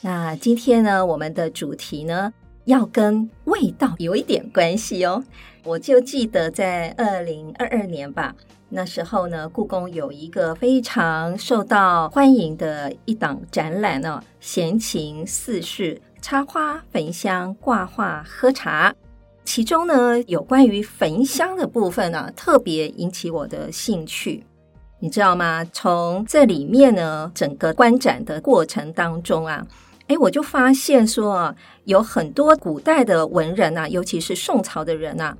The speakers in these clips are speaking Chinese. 那今天呢，我们的主题呢要跟味道有一点关系哦。我就记得在二零二二年吧，那时候呢，故宫有一个非常受到欢迎的一档展览哦，闲情四事，插花、焚香、挂画、喝茶。其中呢，有关于焚香的部分呢、啊，特别引起我的兴趣。你知道吗？从这里面呢，整个观展的过程当中啊，诶，我就发现说啊，有很多古代的文人啊，尤其是宋朝的人啊，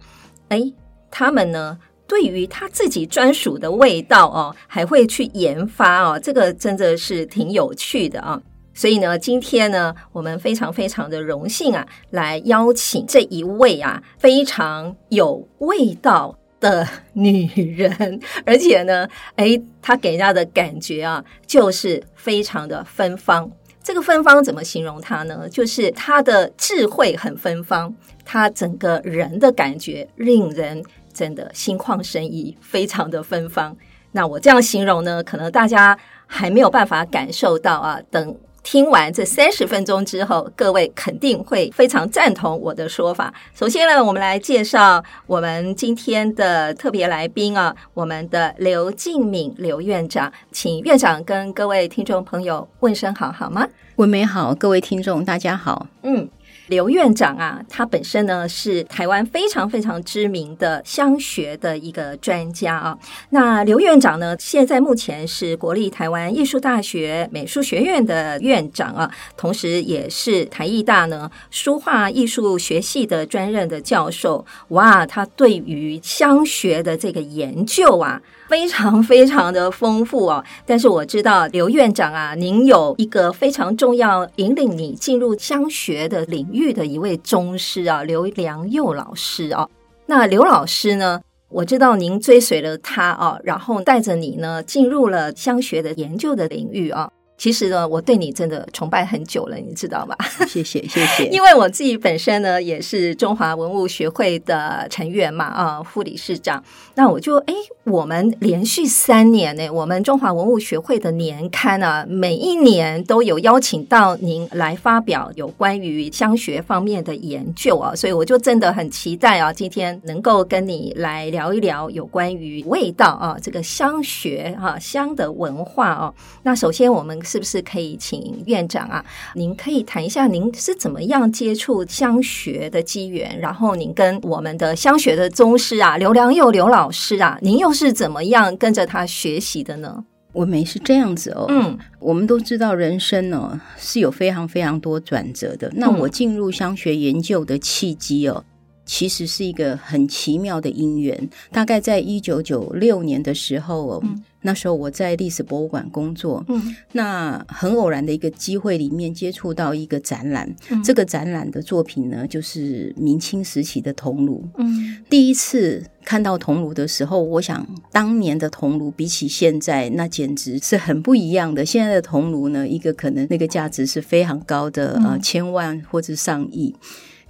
诶，他们呢，对于他自己专属的味道哦，还会去研发哦，这个真的是挺有趣的啊。所以呢，今天呢，我们非常非常的荣幸啊，来邀请这一位啊，非常有味道。的女人，而且呢，诶，她哎给人家的感觉啊，就是非常的芬芳。这个芬芳怎么形容她呢？就是她的智慧很芬芳，她整个人的感觉令人真的心旷神怡，非常的芬芳。那我这样形容呢，可能大家还没有办法感受到啊。等听完这三十分钟之后，各位肯定会非常赞同我的说法。首先呢，我们来介绍我们今天的特别来宾啊，我们的刘静敏刘院长，请院长跟各位听众朋友问声好，好吗？文美好，各位听众大 家好。嗯，刘院长啊，他本身呢是台湾非常非常知名的香学的一个专家啊。那刘院长呢，现在目前是国立台湾艺术大学美术学院的院长啊，同时也是台艺大呢书画艺术学系的专任的教授。哇，他对于香学的这个研究啊，非常非常的丰富哦。但是我知道刘院长啊，您有一个非常重要引领你进入香学的领域的一位宗师啊，刘良佑老师哦。那刘老师呢，我知道您追随了他哦，然后带着你呢进入了香学的研究的领域啊、哦。其实呢，我对你真的崇拜很久了，你知道吗？谢谢谢谢，因为我自己本身呢也是中华文物学会的成员嘛，啊，副理事长。那我就诶，我们连续三年呢，我们中华文物学会的年刊啊，每一年都有邀请到您来发表有关于香学方面的研究啊，所以我就真的很期待啊，今天能够跟你来聊一聊有关于味道啊，这个香学哈、啊、香的文化哦、啊。那首先我们。是不是可以请院长啊？您可以谈一下您是怎么样接触香学的机缘，然后您跟我们的香学的宗师啊刘良佑刘老师啊，您又是怎么样跟着他学习的呢？我们是这样子哦，嗯，我们都知道人生哦是有非常非常多转折的。那嗯我进入香学研究的契机哦。其实是一个很奇妙的因缘，大概在一九九六年的时候哦、嗯，那时候我在历史博物馆工作，嗯，那很偶然的一个机会里面接触到一个展览，嗯、这个展览的作品呢就是明清时期的铜炉，嗯，第一次看到铜炉的时候，我想当年的铜炉比起现在那简直是很不一样的，现在的铜炉呢，一个可能那个价值是非常高的，嗯、呃，千万或者上亿。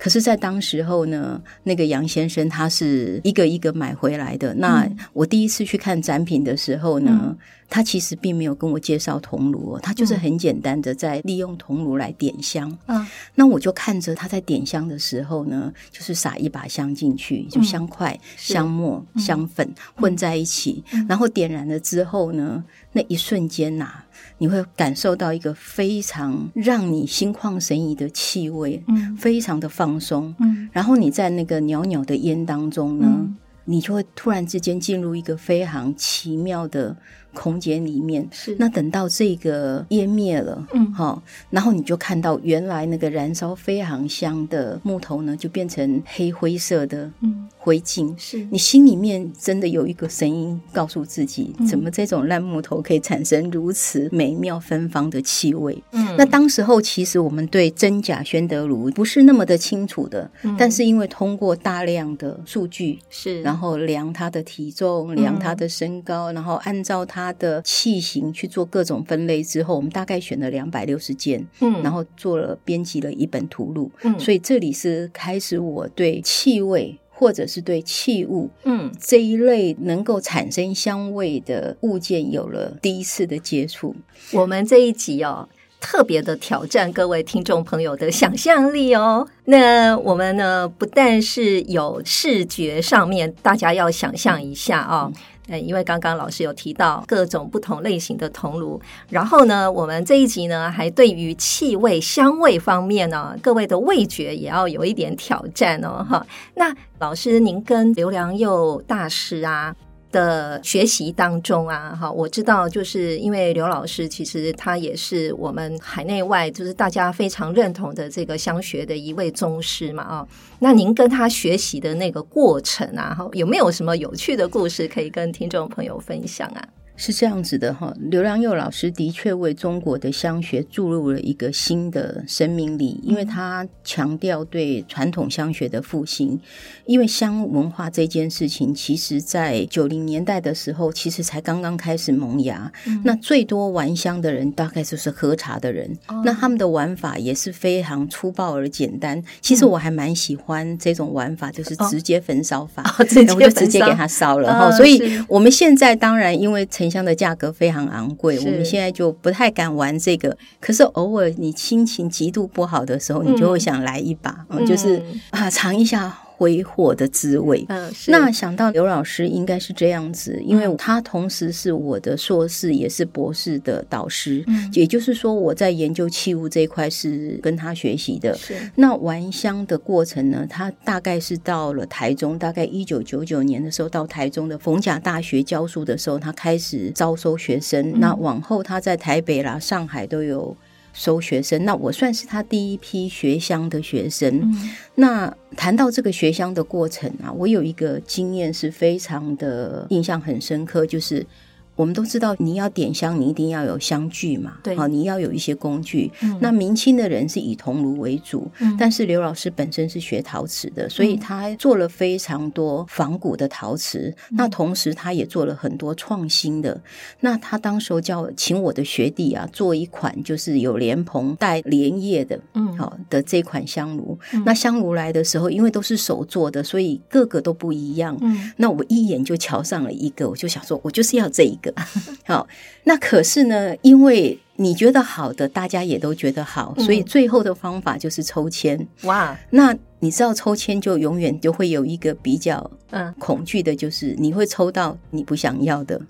可是，在当时候呢，那个杨先生他是一个一个买回来的。那我第一次去看展品的时候呢，嗯、他其实并没有跟我介绍铜炉、哦，他就是很简单的在利用铜炉来点香。嗯，那我就看着他在点香的时候呢，就是撒一把香进去，就香块、嗯、香末、嗯、香粉混在一起，然后点燃了之后呢，那一瞬间呐、啊。你会感受到一个非常让你心旷神怡的气味，嗯，非常的放松，嗯，然后你在那个袅袅的烟当中呢，嗯、你就会突然之间进入一个非常奇妙的空间里面。是那等到这个烟灭了，嗯好、然后你就看到原来那个燃烧非常香的木头呢，就变成黑灰色的嗯灰烬。是你心里面真的有一个声音告诉自己嗯，怎么这种烂木头可以产生如此美妙芬芳的气味？嗯那当时候其实我们对真假宣德炉不是那么的清楚的，嗯但是因为通过大量的数据，是然后量他的体嗯重，量他的身高，然后按照他的器型去做各种分类之后，我们大概选了两百六十件，嗯然后做了编辑了一本图录。嗯所以这里是开始我对气味或者是对器物嗯这一类能够产生香味的物件有了第一次的接触。我们这一集哦，特别的挑战各位听众朋友的想象力哦。那我们呢，不但是有视觉上面，大家要想象一下哦。嗯，因为刚刚老师有提到各种不同类型的铜炉，然后呢，我们这一集呢，还对于气味、香味方面呢、各位的味觉也要有一点挑战哦，哈。那老师，您跟刘良佑大师啊，的学习当中啊，哈，我知道，就是因为刘老师其实他也是我们海内外就是大家非常认同的这个香学的一位宗师嘛，啊，那您跟他学习的那个过程啊，哈，有没有什么有趣的故事可以跟听众朋友分享啊？是这样子的哈，刘良佑老师的确为中国的香学注入了一个新的生命力，因为他强调对传统香学的复兴。因为香文化这件事情，其实在九零年代的时候，其实才刚刚开始萌芽。那最多玩香的人，大概就是喝茶的人。哦 那他们的玩法也是非常粗暴而简单。其实我还蛮喜欢这种玩法，就是直接焚烧法。 哦直接我就直接焚给烧它烧了嗯哈、所以是我们现在当然因为沉香的价格非常昂贵，是我们现在就不太敢玩这个。可是偶尔你心情极度不好的时候，你就会想来一把，嗯就是啊尝一下挥霍的滋味。嗯，是嗯那想到刘老师应该是这样子，因为他同时是我的硕士也是博士的导师，嗯也就是说我在研究器物这一块是跟他学习的。是那玩香的过程呢，他大概是到了台中，大概一九九九年的时候到台中的逢甲大学教书的时候，他开始招收学生。那往后他在台北啦、上海都有。收学生，那我算是他第一批学香的学生。那谈到这个学香的过程啊，我有一个经验是非常的印象很深刻，就是我们都知道你要点香，你一定要有香具嘛，对好、你要有一些工具。那明清的人是以铜炉为主，嗯但是刘老师本身是学陶瓷的，所以他做了非常多仿古的陶瓷。嗯那同时他也做了很多创新的。那他当时候叫请我的学弟啊，做一款就是有莲蓬带莲叶的，嗯好、的这款香炉。那香炉来的时候，因为都是手做的，所以各个都不一样。嗯那我一眼就瞧上了一个，我就想说，我就是要这一个。 好，那可是呢，因为你觉得好的，大家也都觉得好，所以嗯最后的方法就是抽签。哇那你知道抽签就永远就会有一个比较嗯恐惧的，就是你会抽到你不想要的。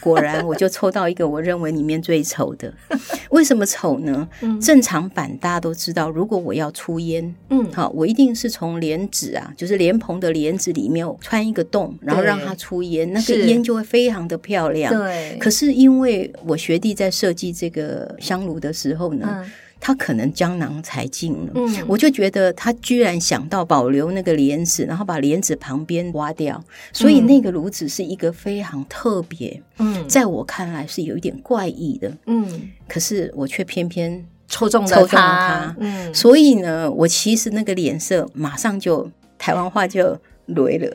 果然，我就抽到一个我认为里面最丑的。 为什么丑呢？嗯正常版大家都知道，如果我要出烟，嗯好，我一定是从帘子啊，就是莲蓬的帘子里面穿一个洞，然后让它出烟，那个是烟就会非常的漂亮。对可是因为我学弟在设计这个香炉的时候呢，嗯他可能江郎才尽了。嗯我就觉得他居然想到保留那个帘子，然后把帘子旁边挖掉，所以嗯那个炉子是一个非常特别，嗯在我看来是有一点怪异的。嗯可是我却偏偏抽中了抽中了他他嗯所以呢，我其实那个脸色马上就台湾话就雷了，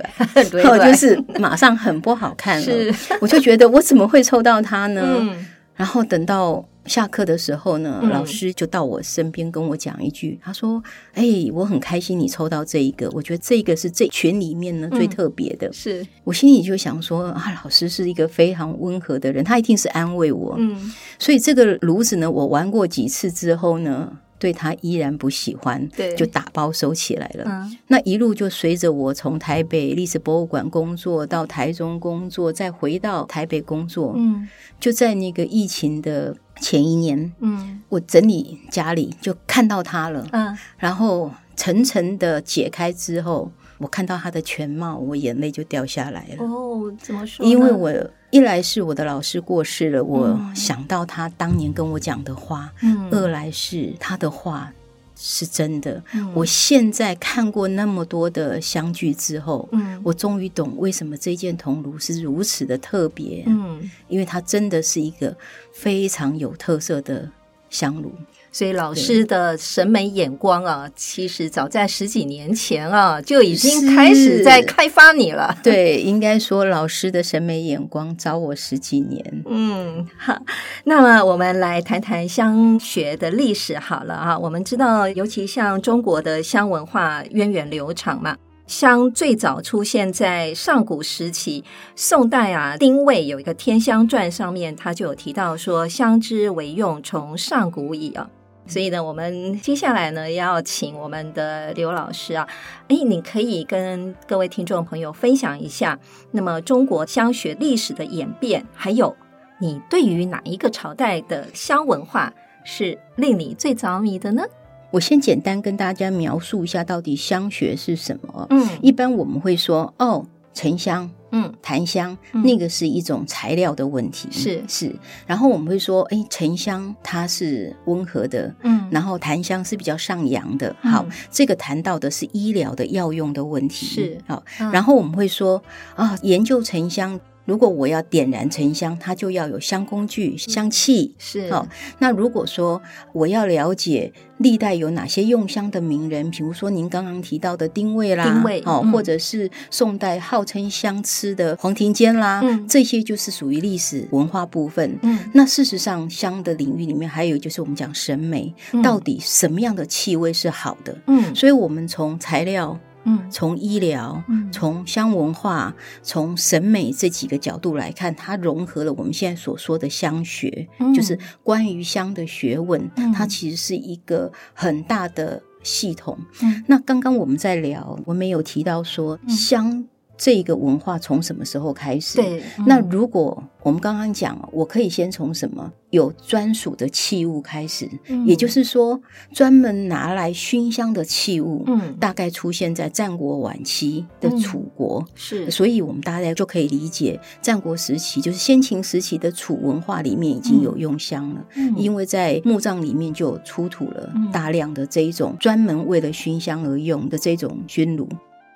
对 哦对 就是马上很不好看了。是我就觉得我怎么会抽到他呢？嗯然后等到下课的时候呢，嗯老师就到我身边跟我讲一句，他说：“哎、我很开心你抽到这一个，我觉得这个是这群里面呢嗯最特别的。是我心里就想说啊，老师是一个非常温和的人，他一定是安慰我。嗯所以这个炉子呢，我玩过几次之后呢，对他依然不喜欢，对就打包收起来了。嗯那一路就随着我从台北历史博物馆工作到台中工作，再回到台北工作，嗯就在那个疫情的前一年，嗯我整理家里就看到它了，嗯然后层层的解开之后，我看到他的全貌，我眼泪就掉下来了。哦，怎么说呢？因为我一来是我的老师过世了，我嗯想到他当年跟我讲的话；嗯，二来是他的话是真的。嗯我现在看过那么多的相聚之后，嗯我终于懂为什么这件铜炉是如此的特别，嗯，因为它真的是一个非常有特色的香炉。所以老师的审美眼光啊，其实早在十几年前啊，就已经开始在开发你了。对，应该说老师的审美眼光找我十几年。嗯，好，那么我们来谈谈香学的历史好了啊。我们知道，尤其像中国的香文化源远流长嘛，香最早出现在上古时期，宋代啊，丁谓有一个《天香传》上面他就有提到说，香之为用，从上古已啊。所以呢，我们接下来呢，要请我们的刘老师啊，哎，你可以跟各位听众朋友分享一下，那么中国香学历史的演变，还有你对于哪一个朝代的香文化是令你最着迷的呢？我先简单跟大家描述一下到底香学是什么。嗯一般我们会说哦，沉香。嗯檀香嗯那个是一种材料的问题，是是。然后我们会说，哎，沉香它是温和的，嗯然后檀香是比较上扬的。嗯好，这个谈到的是医疗的药用的问题，是好。嗯然后我们会说啊，研究沉香，如果我要点燃沉香，它就要有香工嗯具、香气。是好、那如果说我要了解历代有哪些用香的名人，比如说您刚刚提到的丁谓啦，丁谓哦，嗯或者是宋代号称香痴的黄庭坚啦，嗯这些就是属于历史文化部分。嗯那事实上，香的领域里面还有就是我们讲审美，嗯到底什么样的气味是好的？嗯所以，我们从材料、嗯从医疗、嗯从香文化、从审美这几个角度来看，它融合了我们现在所说的香学，嗯就是关于香的学问，嗯它其实是一个很大的系统。嗯那刚刚我们在聊，我们有提到说、嗯香这个文化从什么时候开始？。对，那嗯如果我们刚刚讲，我可以先从什么有专属的器物开始，嗯也就是说，专门拿来熏香的器物，嗯大概出现在战国晚期的楚国。是所以，我们大家就可以理解，战国时期就是先秦时期的楚文化里面已嗯经有用香了，因为在墓葬里面就有出土了嗯大量的这一种专门为了熏香而用的这种熏炉。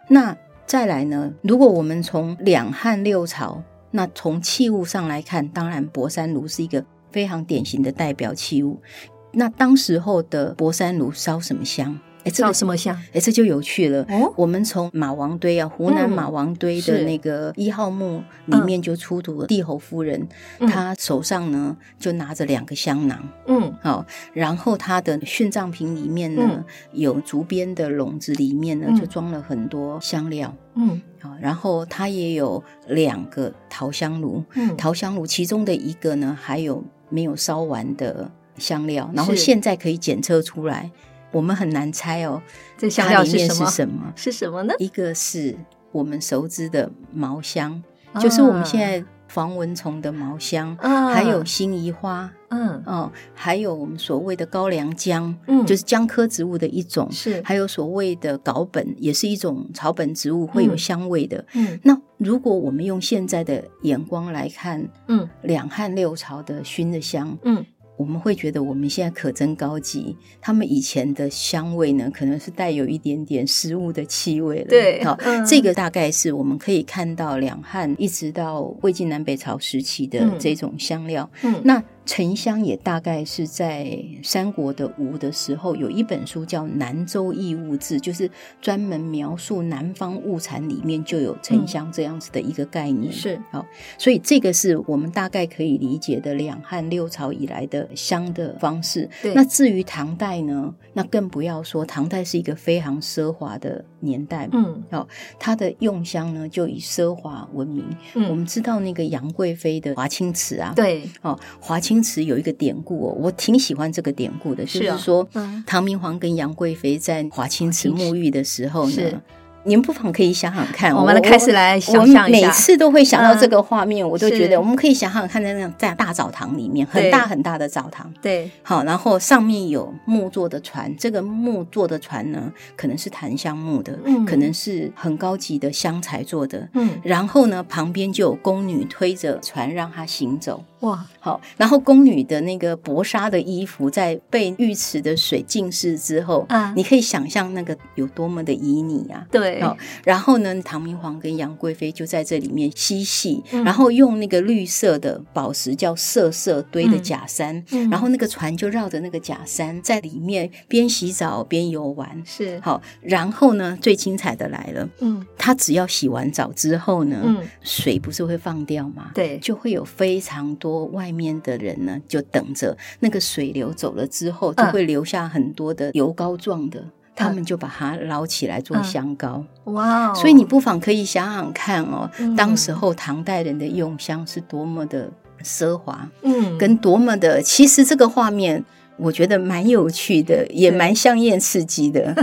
那再来呢，如果我们从两汉六朝，那从器物上来看，当然博山炉是一个非常典型的代表器物。那当时候的博山炉烧什么香？哎，这叫个什么香？哎，这就有趣了。哦，我们从马王堆啊，湖嗯南马王堆是的那个一号墓里面就出土了帝侯夫人，嗯她手上呢就拿着两个香囊，嗯哦，然后她的殉葬瓶里面呢、嗯有竹编的笼子，里面呢嗯就装了很多香料。嗯啊，然后她也有两个陶香炉，嗯，陶香炉其中的一个呢，还有没有烧完的香料，然后是现在可以检测出来，我们很难猜哦，这香它料里是面什是么？什么？是什么呢？一个是我们熟知的毛香，就是我们现在防蚊虫的毛香，啊，还有辛夷花，嗯哦，还有我们所谓的高粱姜，嗯就是姜科植物的一种，是还有所谓的稿本，也是一种草本植物，会有嗯香味的。嗯那如果我们用现在的眼光来看，嗯两汉六朝的熏的香，嗯我们会觉得我们现在可真高级。他们以前的香味呢，可能是带有一点点食物的气味了。对好、嗯这个大概是我们可以看到两汉一直到魏晋南北朝时期的嗯这种香料。嗯那沉香也大概是在三国的吴的时候，有一本书叫《南州异物志》，就是专门描述南方物产里面就有沉香这样子的一个概念。是好，所以这个是我们大概可以理解的两汉六朝以来的香的方式。对那至于唐代呢，那更不要说，唐代是一个非常奢华的年代，嗯它的用香呢就以奢华闻名。嗯我们知道那个杨贵妃的华清池啊，对哦，华清池有一个典故哦，我挺喜欢这个典故的，就是啊是说，嗯唐明皇跟杨贵妃在华清池华清池沐浴的时候是呢，您不妨可以想想看，我们开始来哎想象哎我一每下，次都会想到这个画面，我都是觉得我们可以想想看，在那在大澡堂里面，很对大很大的澡堂，对，好，然后上面有木做的船，这个木做的船呢，可能是檀香木的，嗯可能是很高级的香材做的。嗯，然后呢，旁边就有宫女推着船让她行走。哇，好，然后宫女的那个薄纱的衣服，在被浴池的水浸湿之后，啊你可以想象那个有多么的旖旎啊！对，好然后呢，唐明皇跟杨贵妃就在这里面嬉戏，嗯然后用那个绿色的宝石叫色色堆的假山，嗯然后那个船就绕着那个假山在里面边洗澡边游玩。是，好，然后呢，最精彩的来了，嗯他只要洗完澡之后呢，嗯，水不是会放掉吗？对，就会有非常多外面的人呢，就等着那个水流走了之后，就嗯会留下很多的油膏状的，他们就把它捞起来做嗯香膏。哇哦，所以你不妨可以想想看哦，嗯当时候唐代人的用香是多么的奢华，嗯跟多么的，其实这个画面。我觉得蛮有趣的，也蛮香艳刺 激的。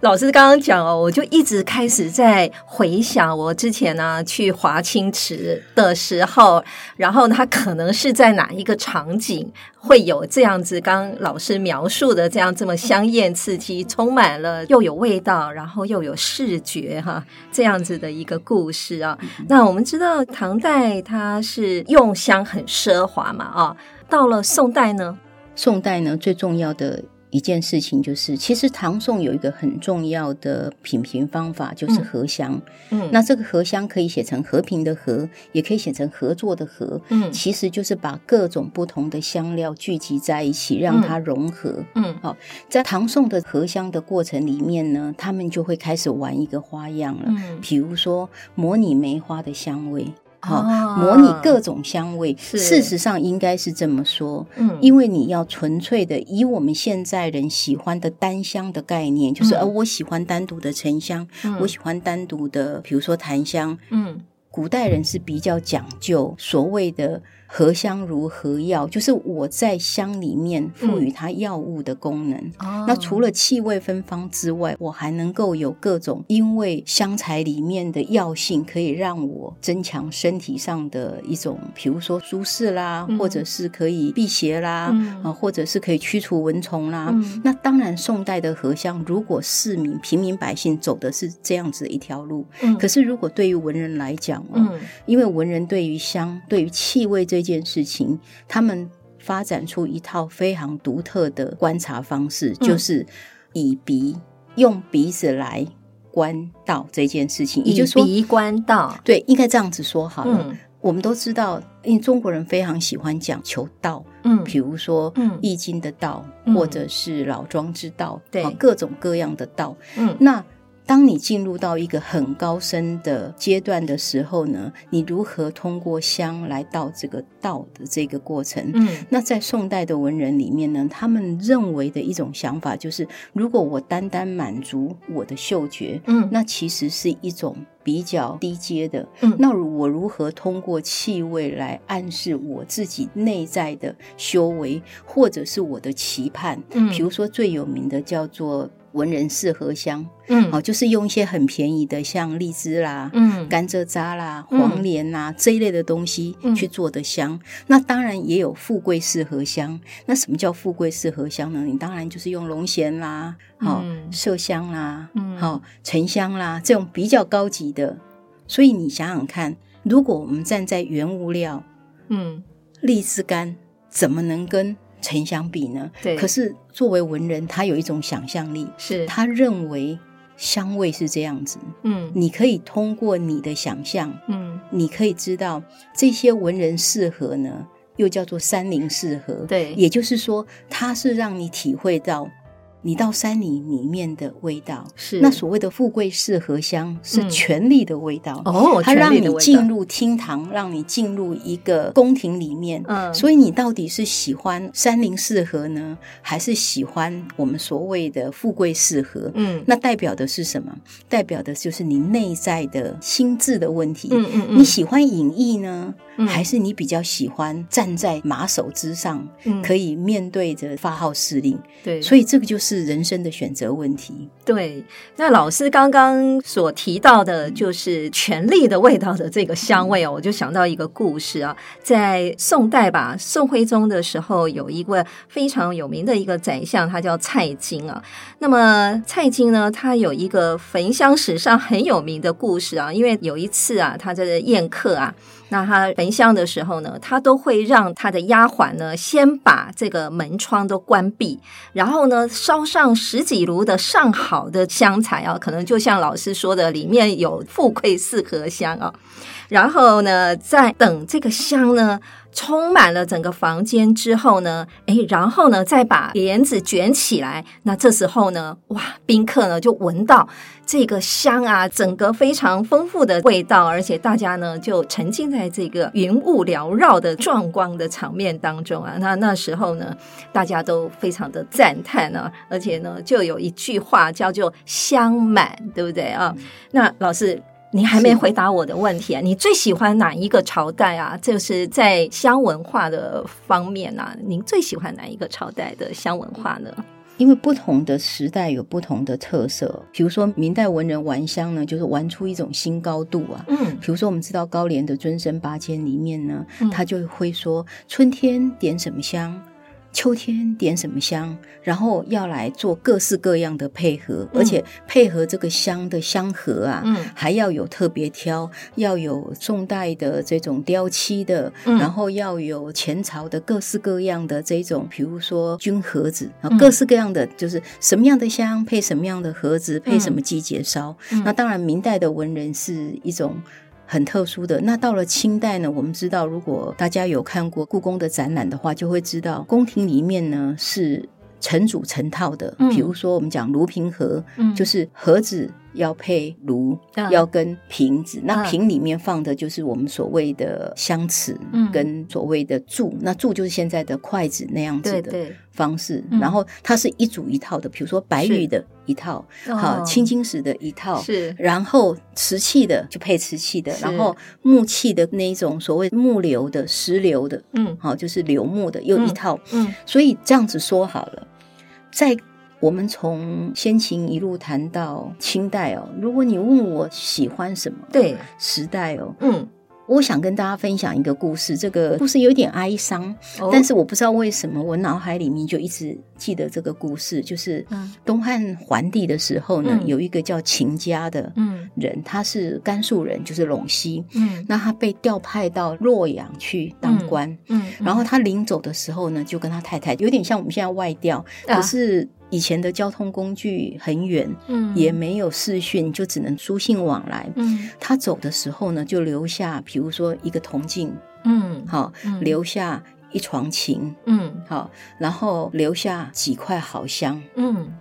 老师刚刚讲哦，我就一直开始在回想我之前呢、啊去华清池的时候，然后它可能是在哪一个场景会有这样子，刚刚老师描述的这样这么香艳刺激，充满了又有味道，然后又有视觉哈、这样子的一个故事啊。那我们知道唐代它是用香很奢华嘛啊，到了宋代呢，宋代呢，最重要的一件事情就是，其实唐宋有一个很重要的品评方法，就是嗯合香。嗯那这个合香可以写成和平的和，也可以写成合作的和。嗯其实就是把各种不同的香料聚集在一起，让它融合。嗯在唐宋的合香的过程里面呢，他们就会开始玩一个花样了，嗯，比如说模拟梅花的香味，好、哦模拟各种香味。是事实上应该是这么说，嗯因为你要纯粹的以我们现在人喜欢的单香的概念，就是嗯呃，我喜欢单独的沉香，嗯我喜欢单独的，比如说檀香。嗯古代人是比较讲究所谓的合香如合药，就是我在香里面赋嗯予它药物的功能。哦那除了气味芬芳之外，我还能够有各种因为香材里面的药性，可以让我增强身体上的一种，比如说舒适啦，嗯或者是可以辟邪啦，嗯啊，或者是可以驱除蚊虫啦。嗯那当然，宋代的荷香，如果市民、平民百姓走的是这样子的一条路，嗯可是如果对于文人来讲、哦，嗯因为文人对于香、对于气味这件事情，他们发展出一套非常独特的观察方式，嗯就是以鼻用鼻子来观道这件事情。也以就是说，鼻观道，对，应该这样子说好了。嗯我们都知道，因为中国人非常喜欢讲求道，嗯比如说嗯《易经》的道，嗯或者是老庄之道，对啊各种各样的道。嗯那当你进入到一个很高深的阶段的时候呢，你如何通过香来到这个道的这个过程？嗯那在宋代的文人里面呢，他们认为的一种想法就是，如果我单单满足我的嗅觉，嗯那其实是一种比较低阶的。嗯那我如何通过气味来暗示我自己内在的修为，或者是我的期盼？嗯比如说最有名的叫做文人四合香，嗯好、就是用一些很便宜的，像荔枝啦。嗯甘蔗渣啦、嗯黄连啦、这一类的东西嗯去做的香，那当然也有富贵四合香。那什么叫富贵四合香呢？你当然就是用龙涎啦、好、嗯麝香啦、嗯好、沉香啦这种比较高级的。所以你想想看，如果我们站在原物料嗯荔枝干怎么能跟沉香比呢？对可是作为文人，他有一种想象力，是他认为香味是这样子，嗯你可以通过你的想象，嗯你可以知道这些文人适合呢，又叫做山林适合。对也就是说，它是让你体会到你到山林里面的味道。是那所谓的富贵适合香，是嗯权力的味道。哦，它权让力你的味进道入厅堂，让你进入一个宫廷里面。嗯所以你到底是喜欢山林四合呢，还是喜欢我们所谓的富贵四合？嗯那代表的是什么？代表的就是你内在的心智的问题。嗯嗯嗯你喜欢隐逸呢，嗯还是你比较喜欢站在马首之上，嗯可以面对着发号施令？对，所以以这个就是是人生的选择问题。对，那老师刚刚所提到的，就是权力的味道的这个香味哦，我就想到一个故事啊，在宋代吧，宋徽宗的时候，有一位非常有名的一个宰相，他叫蔡京啊。那么蔡京呢，他有一个焚香史上很有名的故事啊，因为有一次啊，他在宴客啊，那他焚香的时候呢，他都会让他的丫鬟呢先把这个门窗都关闭，然后呢烧上十几炉的上好的香材啊，可能就像老师说的，里面有富贵四合香啊，然后呢再等这个香呢。充满了整个房间之后呢，诶，然后呢，再把帘子卷起来。那这时候呢，哇，宾客呢就闻到这个香啊，整个非常丰富的味道，而且大家呢就沉浸在这个云雾缭绕的壮观的场面当中啊。那那时候呢，大家都非常的赞叹啊，而且呢，就有一句话叫做“香满”，对不对啊？嗯那老师。你还没回答我的问题啊！你最喜欢哪一个朝代啊？就是在香文化的方面啊，您最喜欢哪一个朝代的香文化呢？因为不同的时代有不同的特色，比如说明代文人玩香呢，就是玩出一种新高度啊。嗯比如说我们知道高廉的《尊生八千》里面呢嗯，他就会说春天点什么香。秋天点什么香，然后要来做各式各样的配合，嗯而且配合这个香的香盒啊，嗯还要有特别挑，要有宋代的这种雕漆的，嗯然后要有前朝的各式各样的这种，比如说军盒子，嗯然后各式各样的，就是什么样的香配什么样的盒子，配什么季节烧。嗯那当然，明代的文人是一种。很特殊的。那到了清代呢，我们知道，如果大家有看过故宫的展览的话，就会知道宫廷里面呢是成组成套的。嗯比如说，我们讲炉瓶盒，嗯就是盒子要配炉，嗯要跟瓶子。那嗯瓶里面放的就是我们所谓的香匙，嗯跟所谓的箸。那箸就是现在的筷子那样子对的对，方式。嗯然后它是一组一套的，比如说白玉的一套，好、哦青金石的一套，是然后瓷器的就配瓷器的，是然后木器的那一种所谓木流的、石流的，嗯好、就是柳木的又一套。嗯所以这样子说好了，在我们从先秦一路谈到清代哦，如果你问我喜欢什么对时代哦，嗯，我想跟大家分享一个故事，这个故事有点哀伤，哦但是我不知道为什么我脑海里面就一直记得这个故事，就是嗯东汉皇帝的时候呢，嗯有一个叫秦家的嗯人，他是甘肃人，就是陇西，嗯那他被调派到洛阳去当官。嗯，然后他临走的时候呢，就跟他太太有点像我们现在外调，啊可是以前的交通工具很远，嗯也没有视讯，就只能书信往来。嗯他走的时候呢，就留下，比如说一个铜镜，嗯好、嗯留下一床琴，嗯好、然后留下几块好香，嗯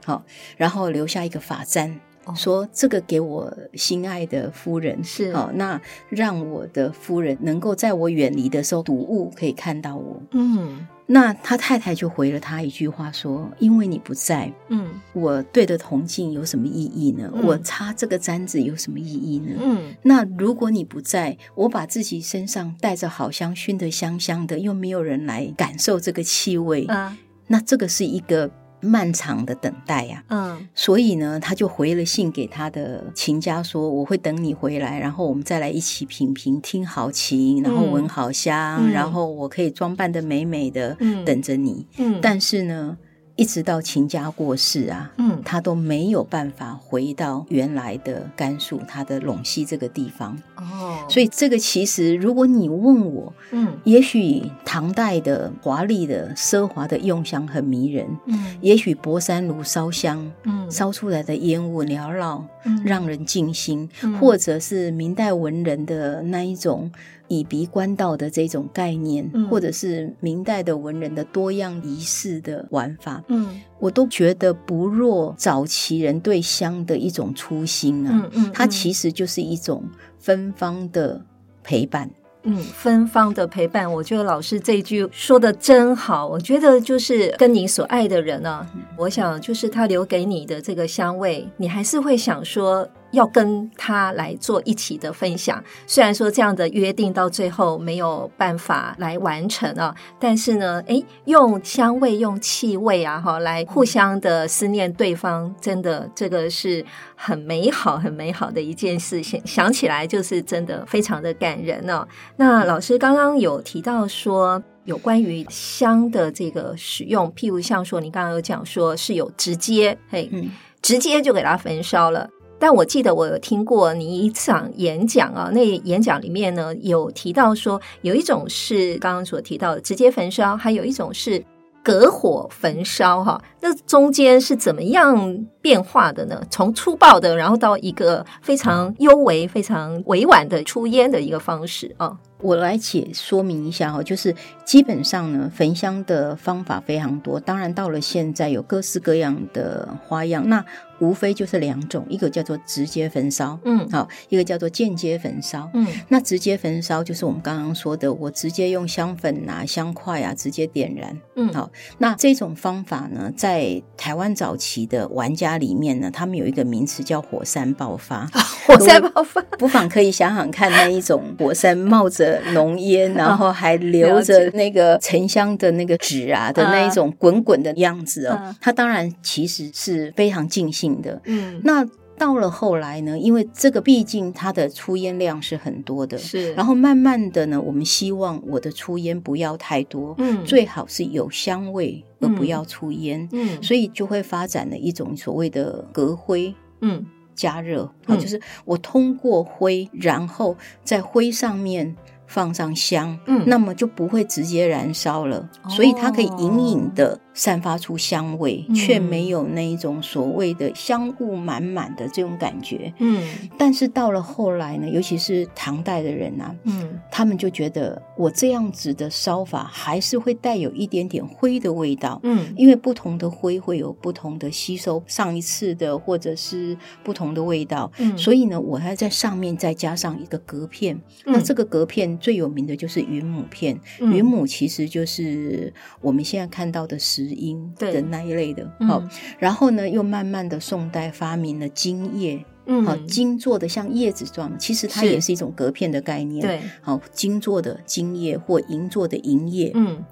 然后留下一个发簪哦，说这个给我心爱的夫人是好、那让我的夫人能够在我远离的时候，睹物可以看到我。嗯那他太太就回了他一句话说：“因为你不在，嗯我对的铜镜有什么意义呢？嗯我插这个簪子有什么意义呢？”嗯那如果你不在，我把自己身上带着好香熏得香香的，又没有人来感受这个气味，啊那这个是一个漫长的等待呀、嗯所以呢，他就回了信给他的琴家说：“我会等你回来，然后我们再来一起品评，听好琴，然后闻好香，嗯然后我可以装扮的美美的，嗯等着你。嗯，但是呢，一直到琴家过世啊，嗯他都没有办法回到原来的甘肃，他的陇西这个地方。哦，所以，这个其实如果你问我，嗯也许唐代的华丽的、奢华的用香很迷人，嗯也许博山炉烧香。嗯烧出来的烟雾缭绕，嗯让人静心，嗯或者是明代文人的那一种以鼻观道的这种概念，嗯或者是明代的文人的多样仪式的玩法，嗯我都觉得不若早期人对香的一种初心啊。嗯嗯，它嗯其实就是一种芬芳的陪伴。嗯，芬芳的陪伴，我觉得老师这一句说的真好。我觉得就是跟你所啊爱的人呢、我想就是他留给你的这个香味，你还是会想说，要跟他来做一起的分享。虽然说这样的约定到最后没有办法来完成啊，但是呢，诶，用香味、用气味啊，哈，来互相的思念对方，真的这个是很美好、很美好的一件事情。想起来就是真的非常的感人哦、啊。那老师刚刚有提到说。有关于香的这个使用，譬如像说，你刚刚有讲说是有直接，嘿，嗯直接就给它焚烧了。但我记得我有听过你一场演讲啊，那演讲里面呢有提到说，有一种是刚刚所提到的直接焚烧，还有一种是隔火焚烧哈、那中间是怎么样变化的呢？从粗暴的，然后到一个非常优微、非常委婉的出烟的一个方式啊。我来解说明一下哦，就是基本上呢，焚香的方法非常多，当然到了现在有各式各样的花样，那无非就是两种，一个叫做直接焚烧，嗯好，一个叫做间接焚烧。嗯那直接焚烧就是我们刚刚说的，我直接用香粉啊、香块啊直接点燃。嗯，好那这种方法呢，在台湾早期的玩家里面呢，他们有一个名词叫火山爆发。火山爆发。不妨可以想想看，那一种火山冒着浓烟，然后还留着那个沉香的那个纸啊的那一种滚滚的样子哦嗯，它当然其实是非常尽兴的。嗯，那到了后来呢，因为这个毕竟它的出烟量是很多的，是，然嗯后后慢慢的呢，我们希望我的出烟不要太多，嗯，最好是有香味而不要出烟，嗯，所以就会发展了一种所谓的隔灰。嗯加热，啊，嗯就是我通过灰，然后在灰上面放上香，嗯那么就不会直接燃烧了，哦所以它可以隐隐的散发出香味，嗯却没有那一种所谓的香雾满满的这种感觉。嗯但是到了后来呢，尤其是唐代的人啊，嗯他们就觉得我这样子的烧法还是会带有一点点灰的味道，嗯因为不同的灰会有不同的吸收上一次的或者是不同的味道，嗯所以呢，我还在上面再加上一个隔片。哎那这个个隔片最有名的就是云母片，嗯云母其实就是我们现在看到的石英对的那一类的。嗯好、然后呢，又慢慢的宋代发明了金叶，嗯好、金做的像叶子状，其实它是也是一种隔片的概念。。对好，金做的金叶或银做的银叶，嗯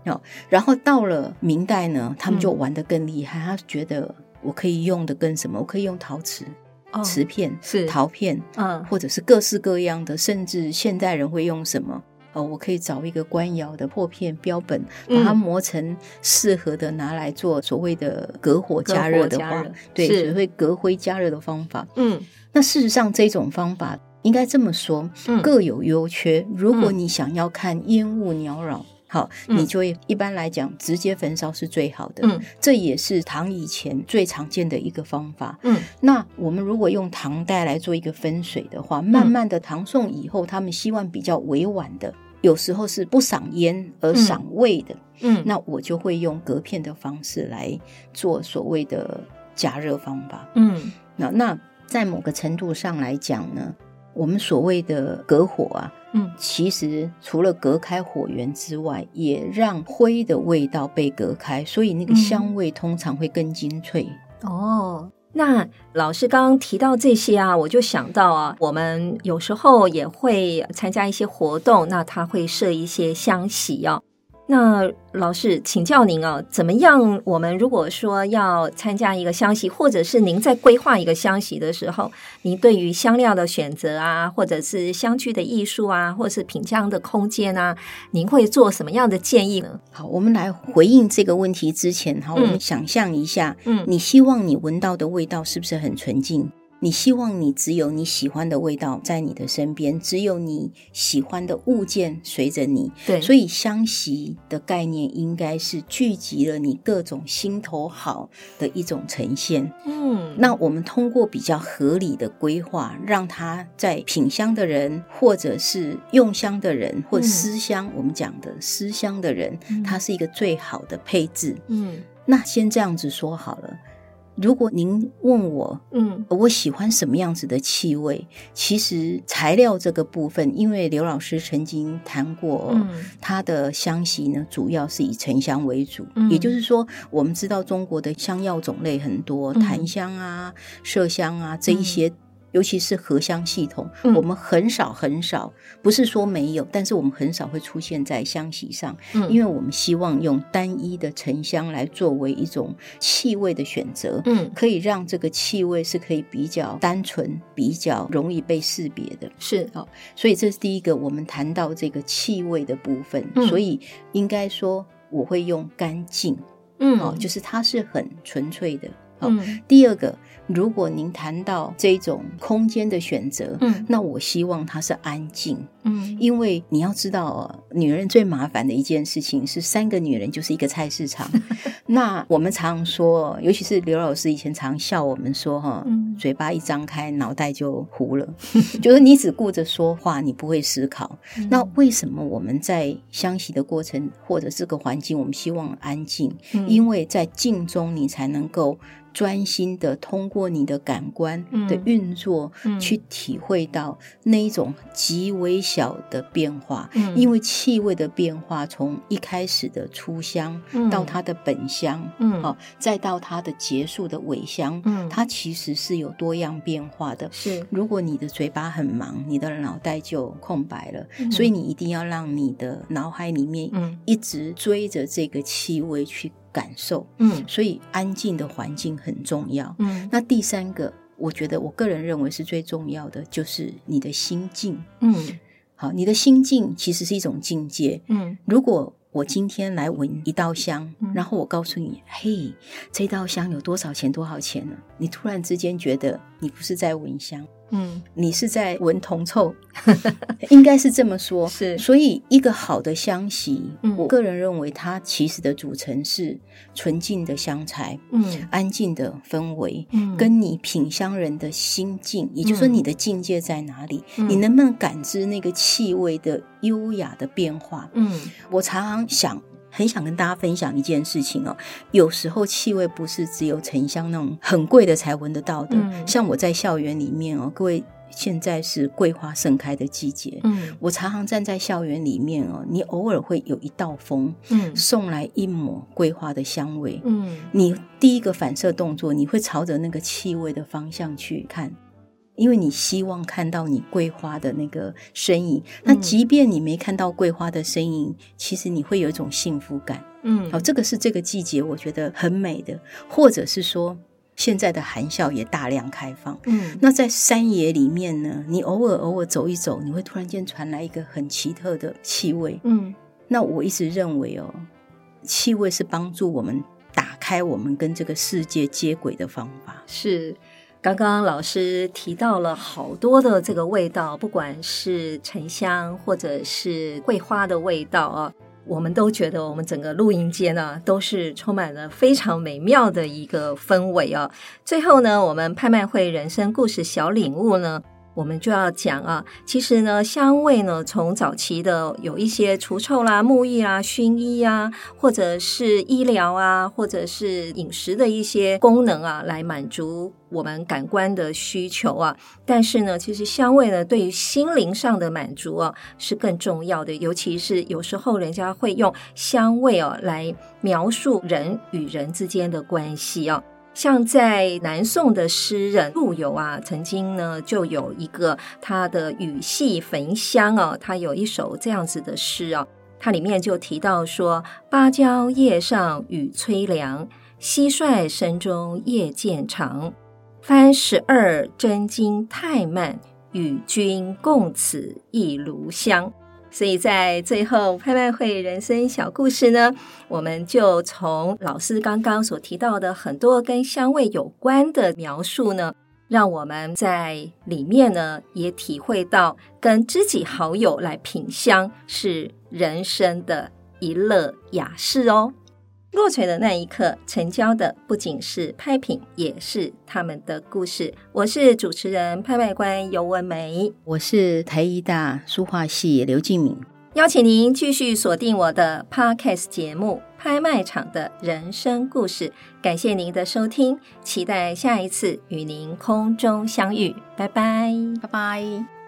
然后到了明代呢，他们就玩得更厉害，他觉得我可以用的更什么？我可以用陶瓷、哦瓷片、是陶片，嗯或者是各式各样的，甚至现代人会用什么？哦，我可以找一个官窑的破片标本，把它嗯磨成适合的，拿来做所谓的隔火加热的隔火加话热，对，是所谓隔灰加热的方法。嗯那事实上，这种方法应该这么说，嗯各有优缺。如果嗯你想要看烟雾缭绕，好，嗯你就会一般来讲直接焚烧是最好的。嗯这也是唐以前最常见的一个方法。嗯那我们如果用唐代来做一个分水的嗯话，慢慢的唐宋以后，他们希望比较委婉的，有时候是不赏烟而赏味的。嗯那我就会用隔片的方式来做所谓的加热方法。嗯那那在某个程度上来讲呢，我们所谓的隔火啊，嗯其实除了隔开火源之外，也让灰的味道被隔开，所以那个嗯香味通常会更精粹。哦。那老师刚刚提到这些啊，我就想到啊，我们有时候也会参加一些活动，那他会设一些香席哦。那老师，请教您哦，怎么样？我们如果说要参加一个香席，或者是您在规划一个香席的时候，您对于香料的选择啊，或者是香具的艺术啊，或是品香的空间啊，您会做什么样的建议呢？好，我们来回应这个问题之前，哈，我嗯们想象一下，嗯你希望你闻到的味道是不是很纯净？你希望你只有你喜欢的味道在你的身边，只有你喜欢的物件随着你，对，所以以香席的概念应该是聚集了你各种心头好的一种呈现。嗯，那我们通过比较合理的规划，让它在品香的人，或者是用香的人，或者嗯思香，我们讲的思香的人，嗯它是一个最好的配置。嗯那先这样子说好了。如果您问我嗯我喜欢什么样子的气味？其实材料这个部分，因为刘老师曾经谈过，嗯它的香席呢，主要是以沉香为主。嗯也就是说，我们知道中国的香药种类很多，嗯檀香啊、麝香啊这一些尤其是合乡系统，嗯我们很少很少，不是说没有，但是我们很少会出现在乡席上，嗯因为我们希望用单一的沉香来作为一种气味的选择，嗯，可以让这个气味是可以比较单纯、比较容易被识别的。是所以这是第一个，我们谈到这个气味的部分，嗯所以应该说我会用干净、嗯哦，就是它是很纯粹的。哦嗯第二个，如果您谈到这种空间的选择，嗯那我希望它是安静，嗯因为你要知道哦，女人最麻烦的一件事情是三个女人就是一个菜市场。那我们常说，尤其是刘老师以前常笑我们说哈、嗯嘴巴一张开，脑袋就糊了， 就是你只顾着说话，你不会思考。那为什么我们在相习的过程或者这个环境，我们希望安静？嗯因为在静中，你才能够专心的通过你的感官的嗯运作，嗯去体会到那一种极微小的变化。嗯因为气味的变化，从一开始的初香嗯到它的本香，嗯好、再到它的结束的尾香，嗯它其实是有多样变化的。是如果你的嘴巴很忙，你的脑袋就空白了，嗯所以你一定要让你的脑海里面嗯一直追着这个气味去感受，嗯所以安静的环境很重要。嗯那第三个，我觉得我个人认为是最重要的，就是你的心境。嗯好，你的心境其实是一种境界。嗯如果我今天来闻一道香，嗯然后我告诉你，嘿，这道香有多少钱？多少钱呢？你突然之间觉得你不是在闻香，嗯你是在闻 铜臭，应该是这么说。是所以一个好的香席，嗯我个人认为它其实的组成是纯净的香材、嗯安静的氛围。嗯跟你品香人的心境，也就是说嗯你的境界在哪里，嗯你能不能感知那个气味的优雅的变化？嗯我常常想，很想跟大家分享一件事情哦。有时候气味不是只有沉香那种很贵的才闻得到的，嗯像我在校园里面哦，各位现在是桂花盛开的季节。嗯我常常站在校园里面哦，你偶尔会有一道风嗯送来一抹桂花的香味，嗯你第一个反射动作，你会朝着那个气味的方向去看，因为你希望看到你桂花的那个身影。那即便你没看到桂花的身影，其实你会有一种幸福感。嗯好、这个是这个季节我觉得很美的，或者是说现在的含笑也大量开放。嗯那在山野里面呢，你偶尔偶尔走一走，你会突然间传来一个很奇特的气味。嗯那我一直认为哦，气味是帮助我们打开我们跟这个世界接轨的方法。是。刚刚老师提到了好多的这个味道，不管是沉香或者是桂花的味道啊，我们都觉得我们整个录音间呢、都是充满了非常美妙的一个氛围啊。最后呢，我们拍卖会人生故事小领悟呢，我们就要讲啊，其实呢，香味呢，从早期的有一些除臭啦、沐浴啊、熏衣啊，或者是医疗啊，或者是饮食的一些功能啊，来满足我们感官的需求啊。但是呢，其实香味呢，对于心灵上的满足啊，是更重要的。尤其是有时候人家会用香味哦、来描述人与人之间的关系哦、像在南宋的诗人陆游啊，曾经呢就有一个他的语系焚香哦，他有一首这样子的诗哦，它里面就提到说：“芭蕉叶上雨催凉，蟋蟀声中夜渐长。番十二真经太慢，与君共此一炉香。”所以在最后拍卖会人生小故事呢，我们就从老师刚刚所提到的很多跟香味有关的描述呢，让我们在里面呢也体会到跟知己好友来品香是人生的一乐雅事哦。落锤的那一刻，成交的不仅是拍品，也是他们的故事。我是主持人拍卖官尤文梅，我是台医大书画系刘敬敏，邀请您继续锁定我的 Podcast 节目《拍卖场的人生故事》。感谢您的收听，期待下一次与您空中相遇，拜拜。拜拜。